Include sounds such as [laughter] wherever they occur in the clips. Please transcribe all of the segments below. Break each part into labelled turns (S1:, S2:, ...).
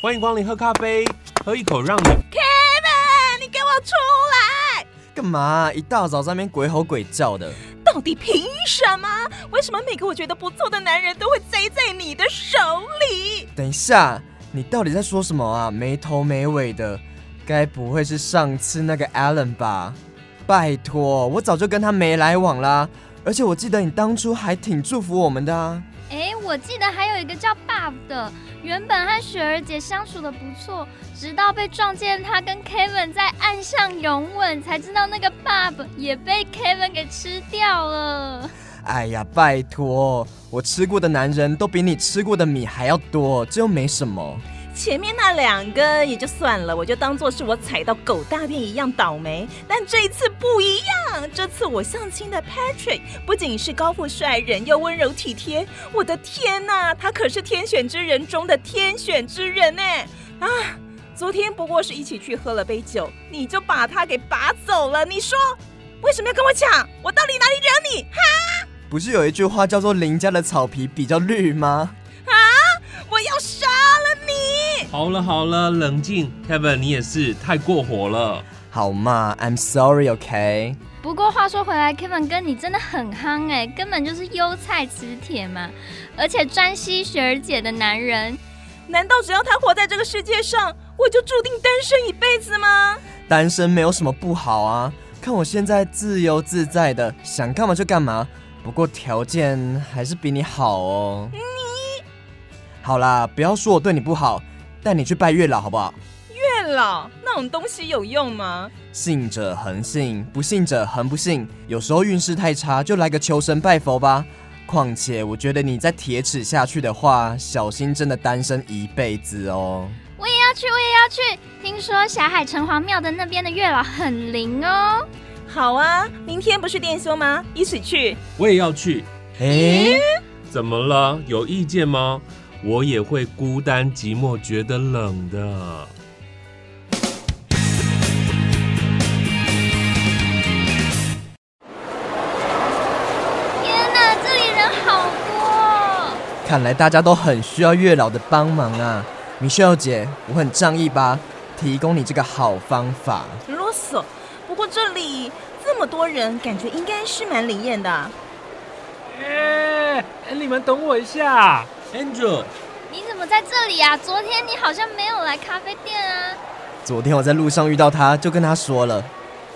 S1: 欢迎光临喝咖啡，喝一口让你
S2: Kevin，你给我出来！
S3: 干嘛啊、一大早在那边鬼吼鬼叫的，
S2: 到底凭什么？为什么每个我觉得不错的男人都会栽在你的手里？
S3: 等一下，你到底在说什么啊？没头没尾的，该不会是上次那个 Allen 吧？拜托，我早就跟他没来往啦，而且我记得你当初还挺祝福我们的啊。
S4: 哎，我记得还有一个叫 Buff 的，原本和雪儿姐相处的不错，直到被撞见她跟 Kevin 在岸上拥吻，才知道那个 Buff 也被 Kevin 给吃掉了。
S3: 哎呀，拜托，我吃过的男人都比你吃过的米还要多，这又没什么。
S2: 前面那两个也就算了，我就当做是我踩到狗大便一样倒霉。但这一次不一样，这次我相亲的 Patrick 不仅是高富帅，人又温柔体贴。我的天呐、他可是天选之人中的天选之人呢！啊，昨天不过是一起去喝了杯酒，你就把他给拔走了。你说为什么要跟我抢？我到底哪里惹你？
S3: 不是有一句话叫做“邻家的草皮比较绿”吗？
S2: 我要杀了你！
S1: 好了好了，冷静，Kevin，你也是太过火了。
S3: 好嘛，I'm sorry，OK、
S4: 不过话说回来，Kevin 哥你真的很夯哎、根本就是优菜磁铁嘛！而且专吸雪儿姐的男人，
S2: 难道只要他活在这个世界上，我就注定单身一辈子吗？
S3: 单身没有什么不好啊，看我现在自由自在的，想干嘛就干嘛。不过条件还是比你好哦。你好啦，不要说我对你不好，带你去拜月老好不好？
S2: 月老那种东西有用吗？
S3: 信者恒信，不信者恒不信。有时候运势太差，就来个求神拜佛吧。况且我觉得你再铁齿下去的话，小心真的单身一辈子哦。
S4: 我也要去，我也要去！听说霞海城隍庙的那边的月老很灵哦。
S2: 好啊，明天不是店休吗？一起去。
S1: 我也要去，
S3: 诶、
S1: 怎么了？有意见吗？我也会孤单寂寞，觉得冷的。
S4: 天哪，这里人好多、哦！
S3: 看来大家都很需要月老的帮忙啊。米秀姐，我很仗义吧？提供你这个好方法。
S2: 啰嗦。不过这里这么多人，感觉应该是蛮灵验的啊。
S5: 哎、你们等我一下。
S1: Angel，
S4: 你怎么在这里啊？昨天你好像没有来咖啡店啊？
S3: 昨天我在路上遇到他，就跟他说了。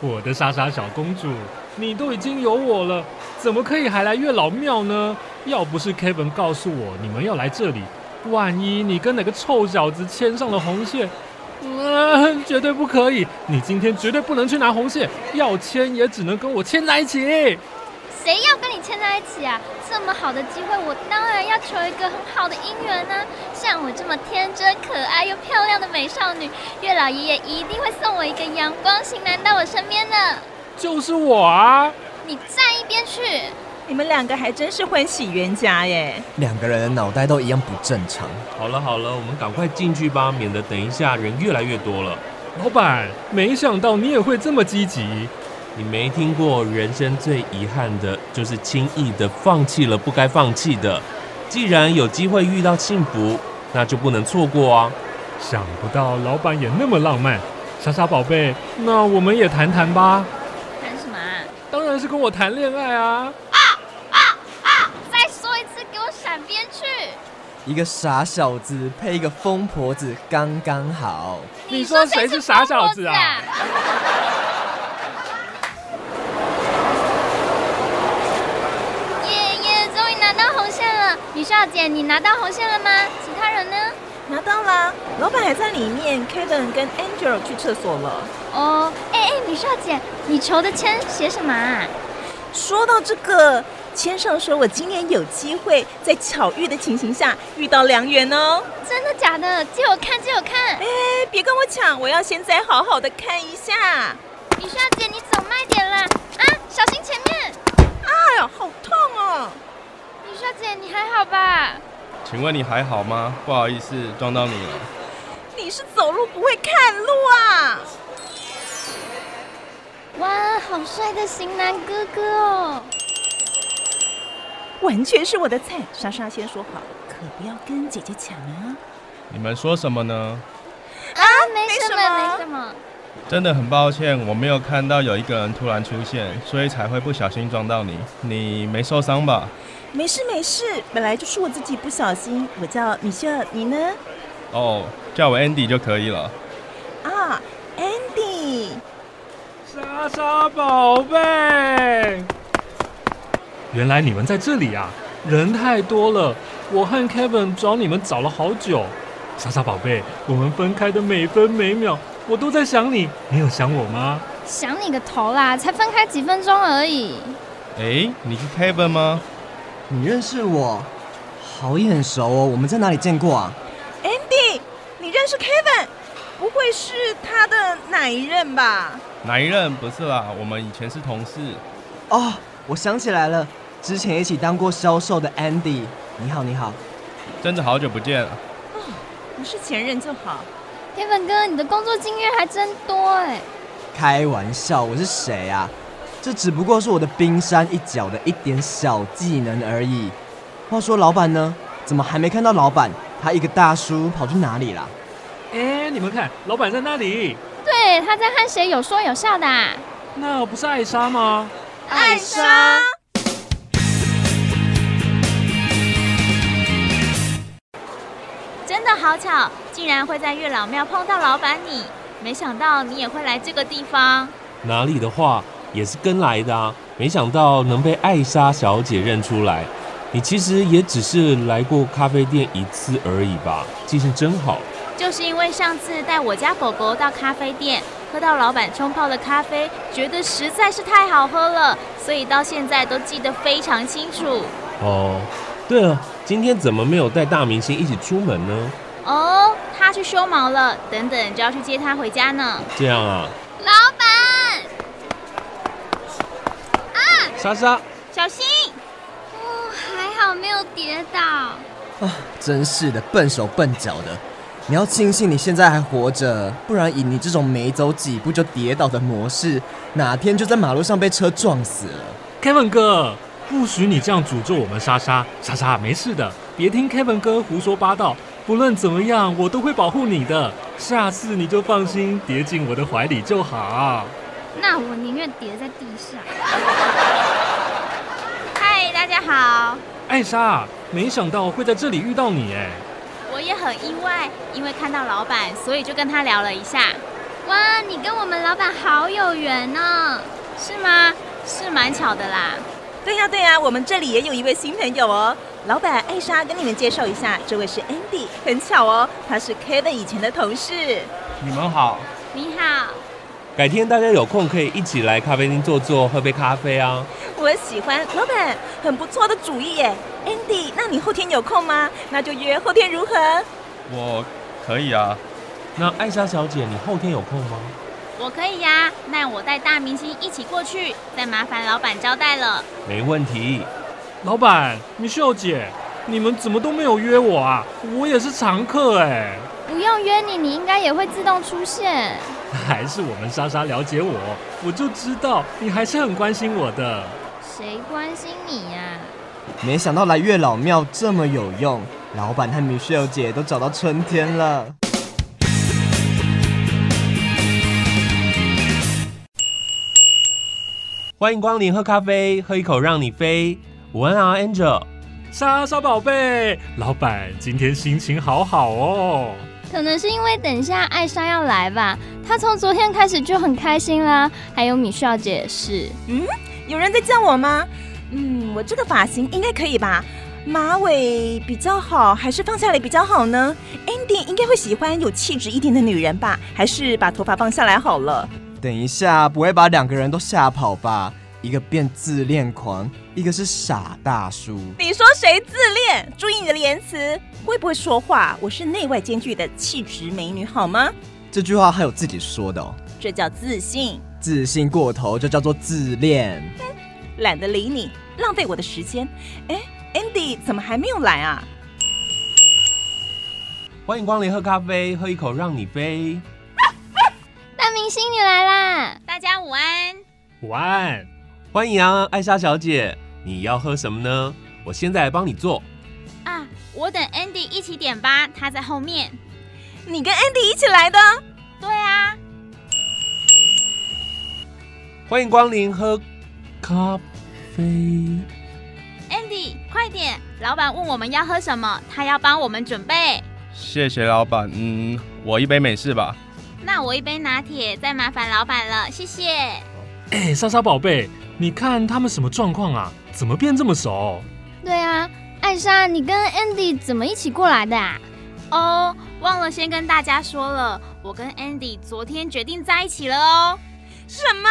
S5: 我的莎莎小公主，你都已经有我了，怎么可以还来月老庙呢？要不是 Kevin 告诉我你们要来这里，万一你跟哪个臭小子牵上了红线，嗯、绝对不可以！你今天绝对不能去拿红线，要牵也只能跟我牵在一起。
S4: 谁要跟你牵在一起啊？这么好的机会，我当然要求一个很好的姻缘呢、啊像我这么天真可爱又漂亮的美少女，月老爷爷一定会送我一个阳光型男到我身边的。
S5: 就是我啊！
S4: 你站一边去！
S2: 你们两个还真是欢喜冤家耶！
S3: 两个人的脑袋都一样不正常。
S1: 好了好了，我们赶快进去吧，免得等一下人越来越多了。
S5: 老板，没想到你也会这么积极。
S1: 你没听过人生最遗憾的就是轻易的放弃了不该放弃的。既然有机会遇到幸福，那就不能错过啊！
S5: 想不到老板也那么浪漫，莎莎宝贝，那我们也谈谈吧。
S4: 谈什么啊？
S5: 当然是跟我谈恋爱啊！
S4: 再说一次，给我闪边去！
S3: 一个傻小子配一个疯婆子，刚刚好。
S5: 你说谁是傻小子啊？
S4: 耶耶，终于拿到红线了！米少姐，你拿到红线了吗？其他人呢？
S2: 拿到啦，老板还在里面，Kevin 跟 Angel 去厕所了。
S4: 哦，哎哎，米少姐，你求的签写什么啊？
S2: 说到这个，签上说我今年有机会在巧遇的情形下遇到良缘哦。
S4: 真的假的？借我看，借我看！
S2: 哎，别跟我抢，我要现在好好的看一下。哎
S4: 米少姐，你走慢点啦！啊，小心前面！
S2: 呦，哎好痛哦！
S4: 米少姐，你还好吧？
S6: 请问你还好吗？不好意思，撞到你了。
S2: 你是走路不会看路啊？
S4: 哇，好帅的型男哥哥哦！
S2: 完全是我的菜。莎莎先说好，可不要跟姐姐抢啊！
S6: 你们说什么呢？
S4: 啊没什么，没什么。
S6: 真的很抱歉，我没有看到有一个人突然出现，所以才会不小心撞到你。你没受伤吧？
S2: 没事没事，本来就是我自己不小心。我叫米秀，你呢？
S6: 哦，叫我 Andy 就可以了。
S2: 啊，Andy，
S5: 莎莎宝贝，原来你们在这里啊！人太多了，我和 Kevin 找你们找了好久。莎莎宝贝，我们分开的每分每秒，我都在想你，你有想我吗？
S4: 想你个头啦！才分开几分钟而已。
S6: 诶，你是 Kevin 吗？
S3: 你认识我？好眼熟哦，我们在哪里见过啊？
S2: Andy，你认识 Kevin？不会是他的哪一任吧？
S6: 哪一任？不是啦，我们以前是同事。
S3: 哦，我想起来了，之前一起当过销售的 Andy。你好，你好。
S6: 真的好久不见了。
S2: 不是前任就好。
S4: Kevin 哥，你的工作经验还真多哎。
S3: 开玩笑，我是谁啊？这只不过是我的冰山一角的一点小技能而已。话说老板呢？怎么还没看到老板？他一个大叔跑去哪里啦？
S5: 哎，你们看，老板在那里，
S4: 对，他在和谁有说有笑的、啊？
S5: 那不是艾莎吗？
S2: 艾莎，
S7: 真的好巧，竟然会在月老庙碰到老板你。没想到你也会来这个地方。
S1: 哪里的话也是跟来的啊，没想到能被艾莎小姐认出来。你其实也只是来过咖啡店一次而已吧，记性真好。
S7: 就是因为上次带我家狗狗到咖啡店，喝到老板冲泡的咖啡，觉得实在是太好喝了，所以到现在都记得非常清楚。
S1: 哦，对了，今天怎么没有带大明星一起出门呢？
S7: 哦，它去修毛了，等等就要去接它回家呢。
S1: 这样啊，
S4: 老板，
S1: 莎莎，
S7: 小心！
S4: 哦，还好没有跌倒。
S3: 真是的，笨手笨脚的。你要庆幸你现在还活着，不然以你这种没走几步就跌倒的模式，哪天就在马路上被车撞死了。
S5: Kevin 哥，不许你这样诅咒我们莎莎。莎莎，没事的，别听 Kevin 哥胡说八道。不论怎么样，我都会保护你的。下次你就放心跌进我的怀里就好。
S4: 那我宁愿跌在地上。
S7: 嗨，大家好，
S5: 艾哎莎，没想到会在这里遇到你哎。
S7: 我也很意外，因为看到老板，所以就跟他聊了一下，
S4: 哇，你跟我们老板好有缘呢、
S7: 是吗？是蛮巧的啦。
S2: 对呀、对呀、我们这里也有一位新朋友哦。老板艾莎跟你们介绍一下，这位是 Andy，很巧哦，他是 Kevin 以前的同事。
S6: 你们好，
S7: 你好，
S1: 改天大家有空可以一起来咖啡厅坐坐，喝杯咖啡啊。
S2: 我喜欢老板，很不错的主意耶，Andy。那你后天有空吗？那就约后天如何？
S6: 我可以啊。
S1: 那艾莎小姐，你后天有空吗？
S7: 我可以呀、那我带大明星一起过去，再麻烦老板招待了。
S1: 没问题。
S5: 老板，米秀姐，你们怎么都没有约我啊？我也是常客哎。 [laughs]
S4: 不用约你，你应该也会自动出现。
S5: 还是我们莎莎了解我，我就知道你还是很关心我的。
S4: 谁关心你呀、
S3: 没想到来月老庙这么有用，老板和 Michelle 姐都找到春天了。
S1: 欢迎光临喝咖啡，喝一口让你飞。午安啊，Angel。
S5: 莎莎宝贝，老板今天心情好好哦。
S4: 可能是因为等一下艾莎要来吧，她从昨天开始就很开心啦，还有米少姐也是。
S2: 有人在叫我吗？嗯，我这个发型应该可以吧？马尾比较好，还是放下来比较好呢？Andy 应该会喜欢有气质一点的女人吧？还是把头发放下来好了？
S3: 等一下，不会把两个人都吓跑吧？一个变自恋狂，一个是傻大叔。
S2: 你说谁自恋？注意你的言辞，会不会说话？我是内外兼具的气质美女，好吗？
S3: 这句话还有自己说的哦，
S2: 这叫自信。
S3: 自信过头就叫做自恋。
S2: 懒得理你，浪费我的时间。哎，Andy 怎么还没有来啊？
S1: 欢迎光临喝咖啡，喝一口让你飞。
S4: 大明星，你来啦！
S7: 大家午安。
S5: 午安。
S1: 欢迎啊，艾莎小姐，你要喝什么呢？我现在来帮你做。
S7: 啊，我等 Andy 一起点吧，他在后面。
S2: 你跟 Andy 一起来的？
S7: 对啊，
S1: 欢迎光临喝咖啡。
S7: Andy，快点！老板问我们要喝什么，他要帮我们准备。
S6: 谢谢老板，嗯，我一杯美式吧。
S7: 那我一杯拿铁，再麻烦老板了，谢谢。
S5: 哎，莎莎宝贝，你看他们什么状况啊？怎么变这么熟？
S4: 对啊，艾莎，你跟 Andy 怎么一起过来的啊？
S7: 哦，忘了先跟大家说了，我跟 Andy 昨天决定在一起了哦。
S2: 什么？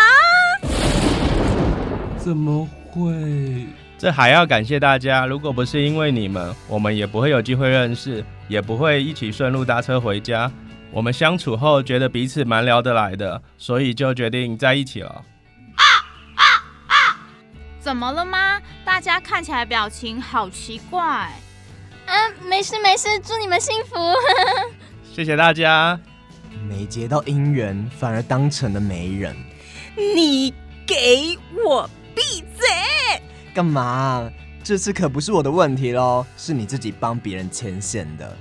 S1: 怎么会？
S6: 这还要感谢大家，如果不是因为你们，我们也不会有机会认识，也不会一起顺路搭车回家。我们相处后觉得彼此蛮聊得来的，所以就决定在一起了。
S7: 怎么了吗？大家看起来表情好奇怪。
S4: 啊，没事没事，祝你们幸福。
S6: 谢谢大家，
S3: 没结到姻缘，反而当成了媒人，
S2: 你给我闭嘴！
S3: 干嘛啊、这次可不是我的问题喽，是你自己帮别人牵线的。